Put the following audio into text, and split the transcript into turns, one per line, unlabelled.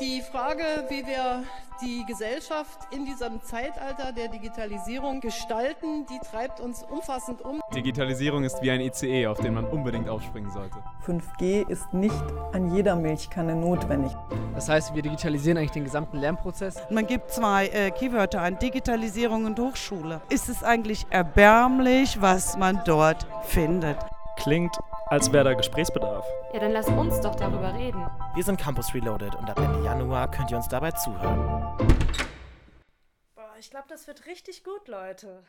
Die Frage, wie wir die Gesellschaft in diesem Zeitalter der Digitalisierung gestalten, die treibt uns umfassend um.
Digitalisierung ist wie ein ICE, auf den man unbedingt aufspringen sollte.
5G ist nicht an jeder Milchkanne notwendig.
Das heißt, wir digitalisieren eigentlich den gesamten Lernprozess.
Man gibt zwei äh, Keywörter an, Digitalisierung und Hochschule. Ist es eigentlich erbärmlich, was man dort findet?
Klingt, als wäre da Gesprächsbedarf.
Ja, dann lass uns doch darüber reden.
Wir sind Campus Reloaded und ab Ende Januar könnt ihr uns dabei zuhören.
Boah, ich glaube, das wird richtig gut, Leute.